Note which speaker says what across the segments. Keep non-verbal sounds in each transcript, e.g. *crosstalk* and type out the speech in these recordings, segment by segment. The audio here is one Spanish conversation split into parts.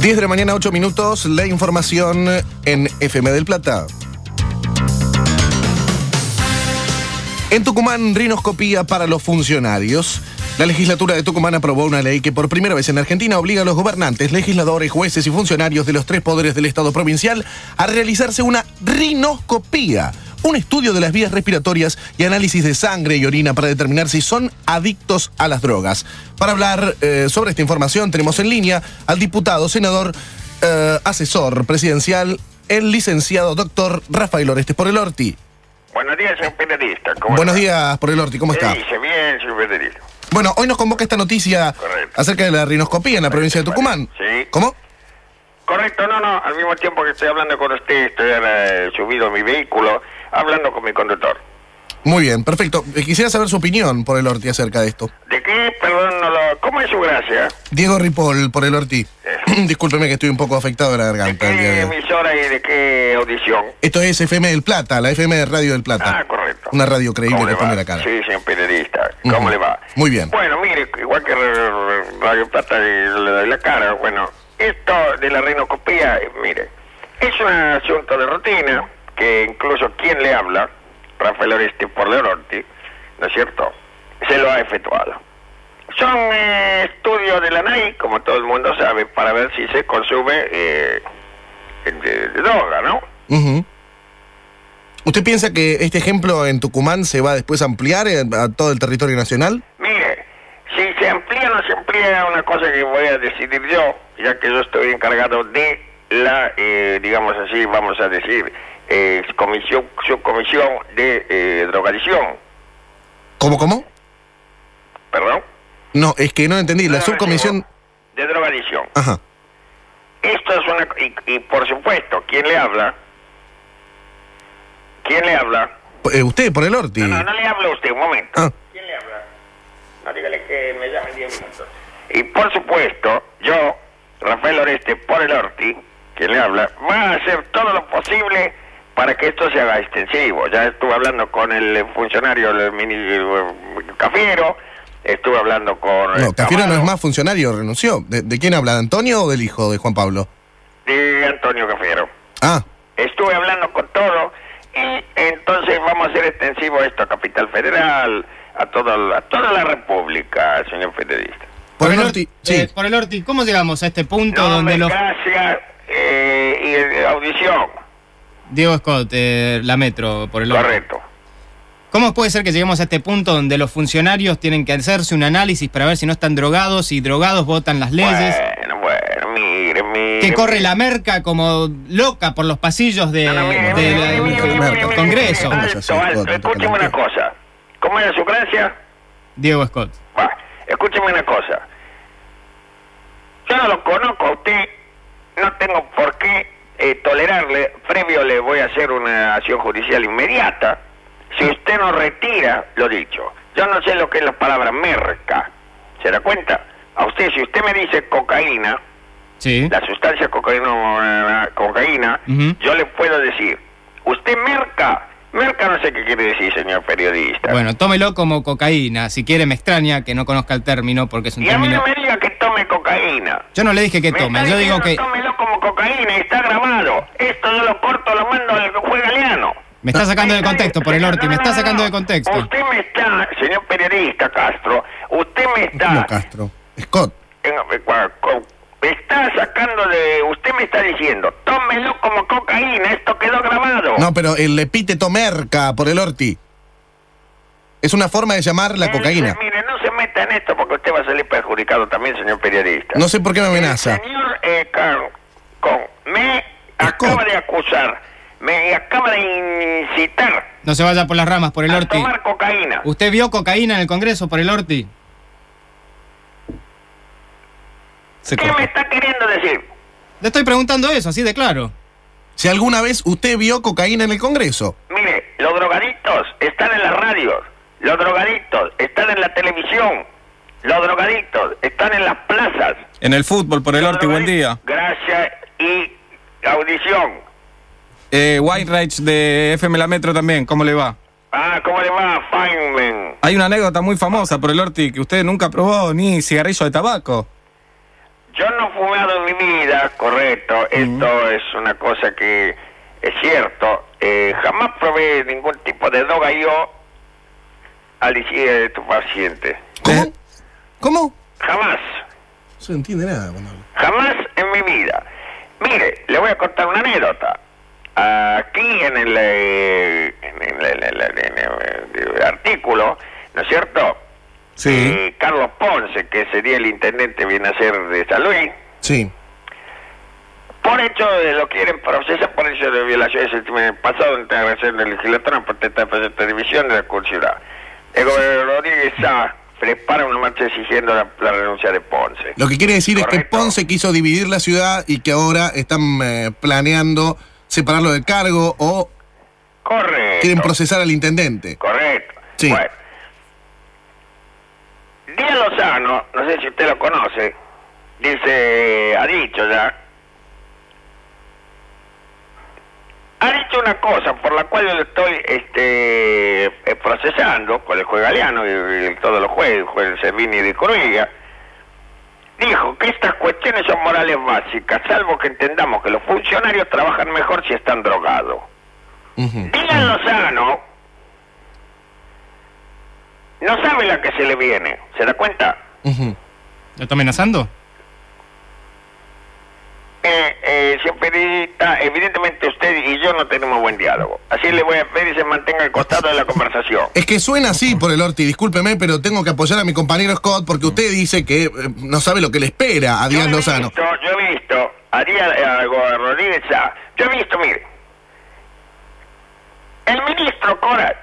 Speaker 1: 10 de la mañana, 8 minutos, la información en FM del Plata. En Tucumán, rinoscopía para los funcionarios. La legislatura de Tucumán aprobó una ley que por primera vez en Argentina obliga a los gobernantes, legisladores, jueces y funcionarios de los tres poderes del Estado provincial a realizarse una rinoscopía, un estudio de las vías respiratorias y análisis de sangre y orina para determinar si son adictos a las drogas. Para hablar eh, sobre esta información tenemos en línea al diputado, senador, eh, asesor presidencial, el licenciado doctor Rafael Orestes por el Orti.
Speaker 2: Buenos días, señor periodista.
Speaker 1: Buenos días por el Orti, ¿cómo está?
Speaker 2: ¿Qué dice? Bien, señor periodista.
Speaker 1: Bueno, hoy nos convoca esta noticia
Speaker 2: Correcto.
Speaker 1: acerca de la rinoscopía en la provincia de Tucumán.
Speaker 2: Sí.
Speaker 1: ¿Cómo?
Speaker 2: Correcto, no, no, al mismo tiempo que estoy hablando con usted, estoy eh, subido a mi vehículo, hablando con mi conductor.
Speaker 1: Muy bien, perfecto. Eh, Quisiera saber su opinión por el Orti acerca de esto.
Speaker 2: ¿De qué? Perdón, no lo... ¿Cómo es su gracia?
Speaker 1: Diego Ripoll por el Orti.
Speaker 2: Eh.
Speaker 1: *clears throat* Discúlpeme que estoy un poco afectado de la
Speaker 2: ¿De
Speaker 1: garganta. el día
Speaker 2: qué
Speaker 1: de hoy.
Speaker 2: emisora y de qué audición?
Speaker 1: Esto es FM del Plata, la FM de Radio del Plata.
Speaker 2: Ah, correcto.
Speaker 1: Una radio creíble
Speaker 2: ¿Cómo
Speaker 1: que
Speaker 2: le
Speaker 1: pone
Speaker 2: va?
Speaker 1: la cara.
Speaker 2: Sí, señor periodista, ¿cómo
Speaker 1: Ujú.
Speaker 2: le va?
Speaker 1: Muy bien.
Speaker 2: Bueno, mire, igual que eh, Radio Plata eh, le doy la cara, bueno, esto de la rinocopía, eh, mire, es un asunto de rutina que incluso quien le habla, Rafael Oreste por Leonorti, ¿no es cierto?, se lo ha efectuado. Son eh, estudios de la NAI, como todo el mundo sabe, para ver si se consume eh, de- de droga, ¿no?
Speaker 1: Ujú. ¿Usted piensa que este ejemplo en Tucumán se va después a ampliar eh, a todo el territorio nacional?
Speaker 2: Mire, si se amplía o no se amplía es una cosa que voy a decidir yo, ya que yo estoy encargado de la, eh, digamos así, vamos a decir, eh, comisión, subcomisión de eh, drogadicción,
Speaker 1: ¿Cómo, cómo?
Speaker 2: perdón.
Speaker 1: No, es que no entendí. La subcomisión...
Speaker 2: De drogadicción.
Speaker 1: Ajá.
Speaker 2: Esto es una... Y, y por supuesto, ¿quién le habla? ¿Quién le habla?
Speaker 1: Eh, usted por el Orti.
Speaker 2: No, no, no le habla a usted, un momento.
Speaker 1: Ah.
Speaker 2: ¿Quién le habla? No, dígale que me llame en 10 minutos. Y por supuesto, yo, Rafael Oreste, por el Orti, quien le habla, va a hacer todo lo posible para que esto se haga extensivo. Ya estuve hablando con el eh, funcionario, el mini eh, Cafiero, estuve hablando con... eh,
Speaker 1: No, Cafiero no es
Speaker 2: Camargo,
Speaker 1: más funcionario, renunció. ¿De, de quién habla? ¿De Antonio o del hijo de Juan Pablo?
Speaker 2: De Antonio Cafiero.
Speaker 1: Ah,
Speaker 2: Estuve hablando con todo y entonces vamos a hacer extensivo esto a Capital Federal, a, todo, a toda la República, señor periodista.
Speaker 1: por el Orti. Sí.
Speaker 3: eh, por el Orti, ¿cómo llegamos a este punto
Speaker 2: No,
Speaker 3: donde
Speaker 2: me
Speaker 3: los...
Speaker 2: gracias eh, y eh, audición,
Speaker 3: Diego Scott, eh, la metro, por el Orti.
Speaker 2: correcto.
Speaker 3: ¿Cómo puede ser que lleguemos a este punto donde los funcionarios tienen que hacerse un análisis para ver si no están drogados y drogados votan las leyes?
Speaker 2: Bueno, bueno, mire, mire.
Speaker 3: Que corre la merca como loca por los pasillos de-
Speaker 2: No, no, mire,
Speaker 3: de-
Speaker 2: mire, mire,
Speaker 3: de-
Speaker 2: mire, mire,
Speaker 3: del
Speaker 2: mire, mire,
Speaker 3: Congreso,
Speaker 2: mire,
Speaker 1: Vamos a hacer
Speaker 2: Alto, alto,
Speaker 1: todo,
Speaker 2: escúcheme una
Speaker 1: totalmente.
Speaker 2: cosa. ¿Cómo era su gracia?
Speaker 3: Diego Scott.
Speaker 2: Va, escúcheme una cosa. Yo no lo conozco a usted, no tengo por qué eh, tolerarle. Previo le voy a hacer una acción judicial inmediata. Si usted no retira lo dicho, yo no sé lo que es la palabra merca. ¿Se da cuenta? A usted, si usted me dice cocaína,
Speaker 3: Sí.
Speaker 2: la sustancia cocaína, cocaína
Speaker 3: Ujú.
Speaker 2: yo le puedo decir, usted merca. Merca no sé qué quiere decir, señor periodista.
Speaker 3: Bueno, tómelo como cocaína. Si quiere, me extraña que no conozca el término porque es un
Speaker 2: y a mí
Speaker 3: término...
Speaker 2: no me diga que tome cocaína.
Speaker 3: Yo no le dije que
Speaker 2: Me
Speaker 3: tome,
Speaker 2: está
Speaker 3: yo digo
Speaker 2: diciendo,
Speaker 3: que...
Speaker 2: Tómelo como cocaína, está grabado. Esto yo lo corto, lo mando al que juega Leano.
Speaker 3: Me está sacando de
Speaker 2: Está
Speaker 3: contexto, por el
Speaker 2: bien,
Speaker 3: Orti,
Speaker 2: no,
Speaker 3: me
Speaker 2: no,
Speaker 3: está
Speaker 2: no,
Speaker 3: sacando
Speaker 2: no.
Speaker 3: de contexto.
Speaker 2: Usted me está, señor periodista Castro, usted me
Speaker 1: ¿Cómo
Speaker 2: está.
Speaker 1: Castro? Scott.
Speaker 2: en- eh, cua- co- me está sacando de. Usted me está diciendo, tómelo como cocaína, esto quedó grabado.
Speaker 1: No, pero el epíteto merca por el Orti. Es una forma de llamar la
Speaker 2: Él se-
Speaker 1: cocaína.
Speaker 2: Eh, mire, no se meta en esto porque usted va a salir perjudicado también, señor periodista.
Speaker 1: No sé por qué me amenaza.
Speaker 2: El señor eh, Car- con, me acaba
Speaker 1: Scott.
Speaker 2: de acusar, me acaba de incitar
Speaker 3: No se vaya por las ramas, por el
Speaker 2: a
Speaker 3: Orti.
Speaker 2: tomar cocaína.
Speaker 3: ¿Usted vio cocaína en el Congreso por el Orti? Se
Speaker 2: ¿Qué
Speaker 3: cortó.
Speaker 2: me está queriendo decir?
Speaker 3: Le estoy preguntando eso, así de claro.
Speaker 1: Si alguna vez usted vio cocaína en el Congreso.
Speaker 2: Mire, los drogadictos están en las radios, los drogadictos están en la televisión, los drogadictos están en las plazas.
Speaker 4: En el fútbol, por el
Speaker 2: Los
Speaker 4: Orti, buen día.
Speaker 2: drogadictos- Gracias y audición.
Speaker 4: Eh, White Rights de FM La Metro también, ¿cómo le va?
Speaker 2: Ah, ¿cómo le va, Feynman?
Speaker 4: Hay una anécdota muy famosa por el Orti que usted nunca probó ni cigarrillo de tabaco.
Speaker 2: Yo no he fumado en mi vida, correcto. Esto es una cosa que es cierto. Eh, jamás probé ningún tipo de droga yo al de tu paciente.
Speaker 1: ¿Cómo?
Speaker 4: Eh.
Speaker 1: ¿Cómo?
Speaker 2: Jamás.
Speaker 1: No se entiende nada cuando hablo.
Speaker 2: Jamás en mi vida. Mire, le voy a contar una anécdota. Aquí en el, eh, en el- en el- en el- en el artículo, ¿no es cierto?
Speaker 1: Mm.
Speaker 2: Eh, Carlos Ponce, que sería el intendente, viene a ser de San Luis,
Speaker 1: Sí.
Speaker 2: por hecho de lo quieren procesar por hecho de violaciones del crimen pasado en integración de legislatura en protesta de presente división de la curiosidad. El gobernador Rodríguez Sá prepara una marcha exigiendo la, la renuncia de Ponce.
Speaker 1: Lo que quiere decir es que
Speaker 2: Correcto.
Speaker 1: Ponce quiso dividir la ciudad y que ahora están eh, planeando separarlo del cargo o
Speaker 2: Correcto.
Speaker 1: quieren procesar al intendente.
Speaker 2: Correcto.
Speaker 1: Sí.
Speaker 2: Bueno. Díaz Lozano, no sé si usted lo conoce, dice, ha dicho ya, ha dicho una cosa por la cual yo le estoy este, eh, procesando con el juez Galeano y, y todos los jueces, el juez Servini de Cruilla, dijo que estas cuestiones son morales básicas, salvo que entendamos que los funcionarios trabajan mejor si están drogados.
Speaker 1: Ujú.
Speaker 2: Dylan Lozano no sabe la que se le viene, ¿se da cuenta?
Speaker 1: Ujú.
Speaker 3: ¿Lo está amenazando?
Speaker 2: Eh, eh, señorita, evidentemente usted y yo no tenemos buen diálogo. Así le voy a pedir que se mantenga al costado de la conversación.
Speaker 1: Es que suena así por el Orti, discúlpeme, pero tengo que apoyar a mi compañero Scott porque usted dice que eh, no sabe lo que le espera a
Speaker 2: Yo
Speaker 1: Díaz
Speaker 2: he
Speaker 1: Lozano.
Speaker 2: visto- Yo he visto, haría algo a Rodríguez Sá. Yo he visto, mire, el ministro Coral,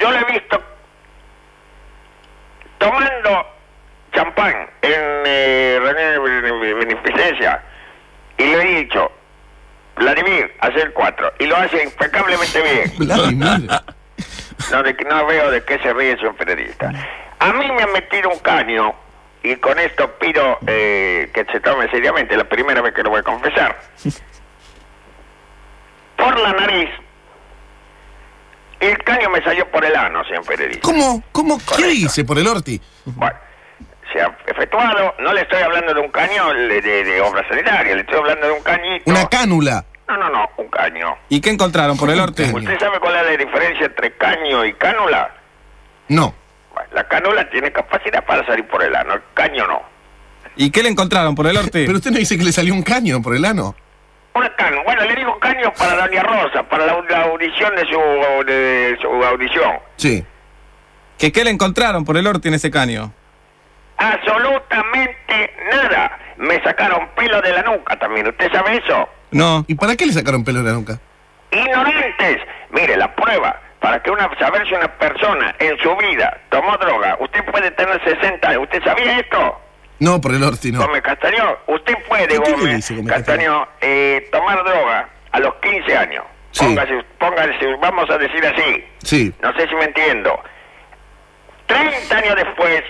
Speaker 2: yo lo he visto tomando champán en eh, reuniones de bene- beneficencia y le he dicho, Vladimir, hacer cuatro, y lo hace impecablemente bien.
Speaker 1: Vladimir.
Speaker 2: No, de- no veo de qué se ríe su periodista. A mí me han metido un caño y con esto pido eh, que se tome seriamente, la primera vez que lo voy
Speaker 1: *laughs*
Speaker 2: a confesar. Por la nariz. Y el caño me salió por el ano, señor periodista.
Speaker 1: ¿Cómo? ¿Cómo? ¿Qué
Speaker 2: Correcto.
Speaker 1: dice por el Orti?
Speaker 2: Bueno, se ha efectuado, no le estoy hablando de un caño de, de- de obra sanitaria, le estoy hablando de un cañito.
Speaker 1: Una cánula.
Speaker 2: no, no, no, un caño.
Speaker 4: ¿Y qué encontraron por el orte?
Speaker 1: Caño.
Speaker 2: ¿Usted sabe cuál es la diferencia entre caño y cánula?
Speaker 1: No.
Speaker 2: La cánula tiene capacidad para salir por el ano, el caño no.
Speaker 4: ¿Y qué le encontraron por el orte?
Speaker 1: Pero usted no dice que le salió un caño por el ano.
Speaker 2: Una cano, bueno, le digo caño para Doña Rosa, para la, la audición de su, de su audición.
Speaker 1: Sí.
Speaker 4: ¿Que qué le encontraron por el orte en ese caño?
Speaker 2: Absolutamente nada. Me sacaron pelo de la nuca también, ¿usted sabe eso?
Speaker 4: No.
Speaker 1: ¿Y para qué le sacaron pelo de la nuca?
Speaker 2: Ignorantes. Mire, la prueba, para que una, saber si una persona en su vida tomó droga, usted puede tener 60 años, ¿usted sabía esto?
Speaker 1: No, por el Orti, no.
Speaker 2: Gómez Castañón, usted puede,
Speaker 1: ¿Qué- qué le
Speaker 2: Gómez
Speaker 1: dice Gómez
Speaker 2: Castañón, eh, tomar droga a los 15 años.
Speaker 1: Sí.
Speaker 2: Póngase, póngase, vamos a decir así,
Speaker 1: Sí.
Speaker 2: no sé si me entiendo. 30 años después,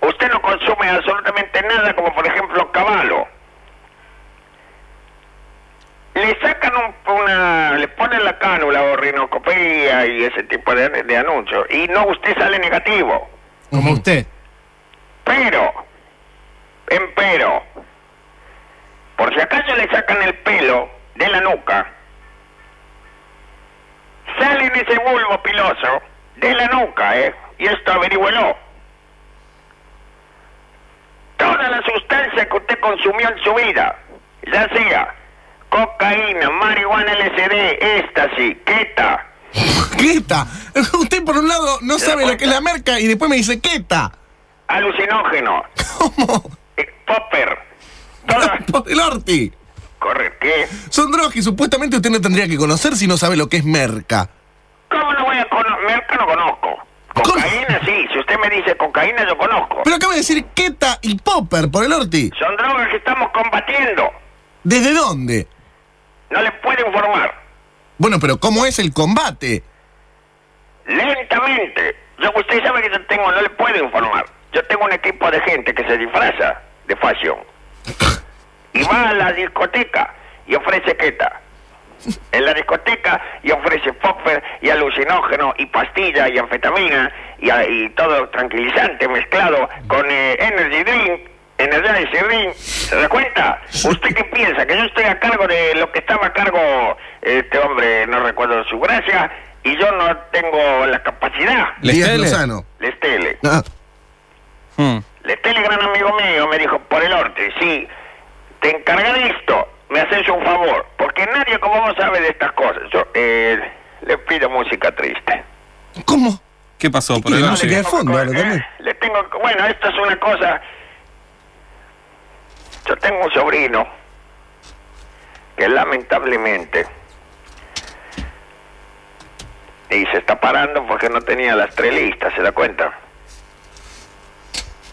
Speaker 2: usted no consume absolutamente nada, como por ejemplo caballo. Le sacan un- una, le ponen la cánula o rinocopía y ese tipo de, de anuncios, y no, usted sale negativo.
Speaker 3: Como
Speaker 1: Ujú.
Speaker 3: usted.
Speaker 2: Pero, empero, por si acaso le sacan el pelo de la nuca, salen ese bulbo piloso de la nuca, ¿eh? Y esto averigüelo. Toda la sustancia que usted consumió en su vida, ya sea cocaína, marihuana, LSD, éxtasis, queta,
Speaker 1: ¡Queta! Usted, por un lado, no
Speaker 2: ¿Se
Speaker 1: sabe
Speaker 2: da
Speaker 1: lo que es la merca y después me dice ¡Queta!
Speaker 2: alucinógeno,
Speaker 1: ¿Cómo?
Speaker 2: eh, popper, todas...
Speaker 1: *laughs* Por el Orti.
Speaker 2: Corre, ¿qué?
Speaker 1: Son drogas que supuestamente usted no tendría que conocer si no sabe lo que es merca.
Speaker 2: ¿Cómo no voy a conocer? Merca no conozco. Cocaína sí, si usted me dice cocaína yo conozco.
Speaker 1: Pero acaba de decir Queta y Popper por el Orti.
Speaker 2: Son drogas que estamos combatiendo.
Speaker 1: ¿Desde dónde?
Speaker 2: No les puede informar.
Speaker 1: Bueno, pero ¿cómo es el combate?
Speaker 2: Lentamente. Yo, usted sabe que yo tengo, no le puede informar. Yo tengo un equipo de gente que se disfraza de fashion. Y va a la discoteca y ofrece queta. En la discoteca y ofrece popper y alucinógeno y pastilla y anfetamina y, a- y todo tranquilizante mezclado con eh, energy drink, Martín allá y Sirrin, ¿se da cuenta? ¿Usted qué piensa? Que yo estoy a cargo de lo que estaba a cargo este hombre, no recuerdo su gracia, y yo no tengo la capacidad.
Speaker 4: ¿Les
Speaker 1: Díaz
Speaker 4: tele?
Speaker 1: Lozano.
Speaker 2: Les tele.
Speaker 1: Ah,
Speaker 4: Hmm.
Speaker 2: Les tele, gran amigo mío, me dijo, por el norte, sí, te encargas de esto, me haces un favor, porque nadie como vos sabe de estas cosas. Yo eh, le pido música triste.
Speaker 1: ¿Cómo?
Speaker 4: ¿Qué pasó por
Speaker 1: Y
Speaker 4: el
Speaker 1: no
Speaker 4: norte?
Speaker 1: se queda- de fondo,
Speaker 2: co-
Speaker 1: ahora también.
Speaker 2: Eh, Le tengo, bueno, esto es una cosa. Yo tengo un sobrino que lamentablemente y se está parando porque no tenía las tres listas, ¿se da cuenta?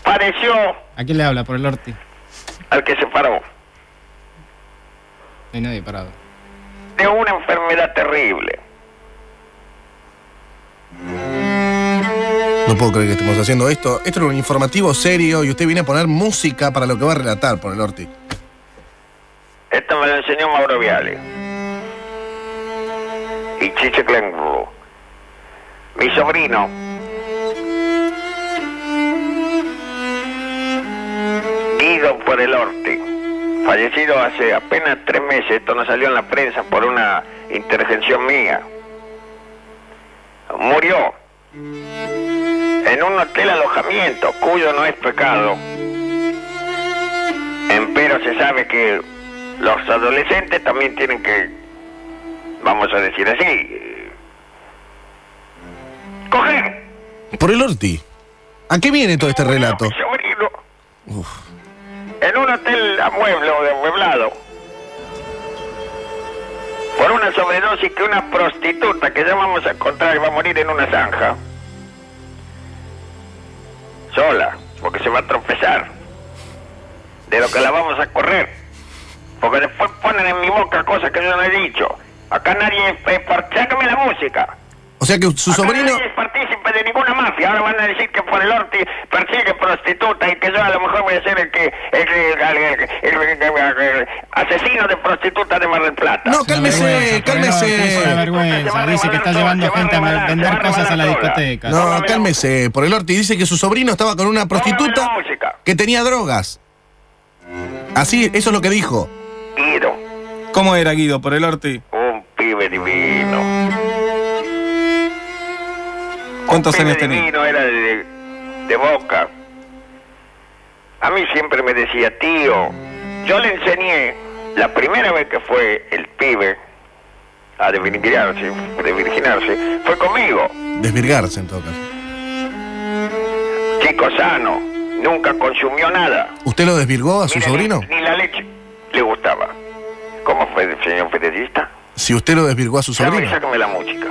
Speaker 2: Pareció
Speaker 3: ¿A quién le habla? Por el norte.
Speaker 2: al que se paró
Speaker 3: No hay nadie parado.
Speaker 2: de una enfermedad terrible.
Speaker 1: No puedo creer que estemos haciendo esto. Esto era un informativo serio y usted viene a poner música para lo que va a relatar por el Orti.
Speaker 2: Esto me lo enseñó Mauro Viale. Y Chiche Glenbrook. Mi sobrino. Guido por el Orte. Fallecido hace apenas tres meses. Esto no salió en la prensa por una intervención mía. Murió en un hotel alojamiento cuyo no es pecado. Empero se sabe que los adolescentes también tienen que, vamos a decir así, eh, coger.
Speaker 1: Por el Orti. ¿A qué viene todo este relato?
Speaker 2: Mi sobrino, en un hotel amueblo, de amueblado, por una sobredosis que una prostituta que ya vamos a encontrar va a morir en una zanja, sola, porque se va a tropezar, de lo que la vamos a correr, porque después ponen en mi boca cosas que yo no he dicho. Acá nadie es, es par- sácame la música.
Speaker 1: O sea que su
Speaker 2: Acá
Speaker 1: sobrino.
Speaker 2: nadie es partícipe de ninguna mafia. Ahora van a decir que por el Orti persigue prostituta y que yo a lo mejor voy a ser el que. el, el- el- el- el- el asesino de prostitutas de Mar del Plata.
Speaker 1: No, cálmese,
Speaker 3: Una vergüenza, Es una
Speaker 1: cálmese.
Speaker 3: vergüenza. Dice que está llevando gente a vender cosas a la discoteca.
Speaker 1: No, cálmese. Por el Orti dice que su sobrino estaba con una prostituta
Speaker 2: Póngame la música.
Speaker 1: que tenía drogas. Así, eso es lo que dijo.
Speaker 2: Guido,
Speaker 4: ¿Cómo era Guido por el norte?
Speaker 2: un pibe divino.
Speaker 1: Mm,
Speaker 4: ¿Cuántos
Speaker 2: Un pibe
Speaker 4: años tenía?
Speaker 2: divino, era de, de boca. A mí siempre me decía, tío, yo le enseñé la primera vez que fue el pibe a desvirginarse, desvirginarse fue conmigo.
Speaker 1: Desvirgarse en todo caso.
Speaker 2: Chico sano, nunca consumió nada.
Speaker 1: ¿Usted lo desvirgó a su
Speaker 2: Mira,
Speaker 1: sobrino?
Speaker 2: Ni, ni la leche le gustaba. ¿Cómo fue el señor periodista?
Speaker 1: Si usted lo desvirgó a su
Speaker 2: Sácame-
Speaker 1: sobrino.
Speaker 2: Sácame la música.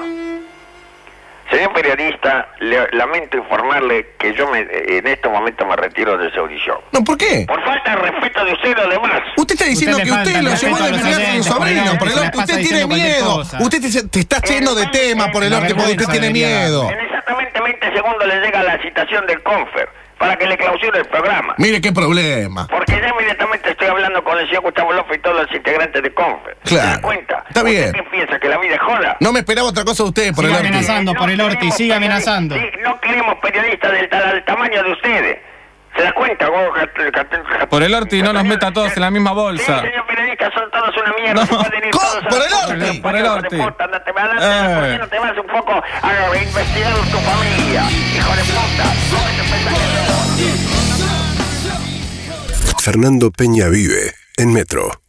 Speaker 2: Señor periodista, le- lamento informarle que yo me- en este momento me retiro de su audición.
Speaker 1: No, ¿por qué?
Speaker 2: Por falta de respeto de usted, además.
Speaker 1: Usted está diciendo
Speaker 3: Usted
Speaker 1: que
Speaker 3: le falta
Speaker 1: usted
Speaker 3: el
Speaker 1: lo
Speaker 3: respeto
Speaker 1: llevó a
Speaker 3: a los
Speaker 1: desvirgar a su
Speaker 3: oyentes, por
Speaker 1: sobrino,
Speaker 3: ahí,
Speaker 1: por el
Speaker 3: se la
Speaker 1: orto.
Speaker 3: pasa
Speaker 1: Usted tiene
Speaker 3: diciendo cualquier
Speaker 1: miedo.
Speaker 3: cosa.
Speaker 1: Usted te, te está yendo de tema por el
Speaker 3: Una
Speaker 1: orto porque usted
Speaker 3: vergüenza
Speaker 1: tiene
Speaker 3: debería dar.
Speaker 1: miedo.
Speaker 2: En exactamente 20 segundos le llega la citación del Confer para que le clausure el programa.
Speaker 1: Mire qué problema.
Speaker 2: Porque ya inmediatamente estoy hablando con el señor Gustavo López y todos los integrantes de Confer.
Speaker 1: Claro.
Speaker 2: ¿Se da cuenta?
Speaker 1: Está bien.
Speaker 2: ¿Usted qué piensa? ¿Que la vida es joda?
Speaker 1: No me esperaba otra cosa de usted por el
Speaker 3: Sigue
Speaker 1: orto.
Speaker 3: amenazando por el Orti,
Speaker 2: queremos
Speaker 3: sigue
Speaker 2: periodi-
Speaker 3: amenazando.
Speaker 2: sí, no queremos periodistas del, ta- del tamaño de ustedes. ¿Se da cuenta? vos, Gat- Gat- Gat-
Speaker 4: Por el Orti, no nos meta a todos en la misma bolsa.
Speaker 2: Sí, señor periodista, son todos una mierda.
Speaker 4: No.
Speaker 2: se pueden ir
Speaker 1: Co-
Speaker 2: todos a-
Speaker 1: por el Orti.
Speaker 4: Por el Orti.
Speaker 2: Hijo de puta, andate, andate,
Speaker 4: Eh.
Speaker 2: ¿por qué no te vas un poco a investigar tu familia? Hijo de puta. ¿cómo te pensás que-
Speaker 5: Fernando Peña vive en Metro.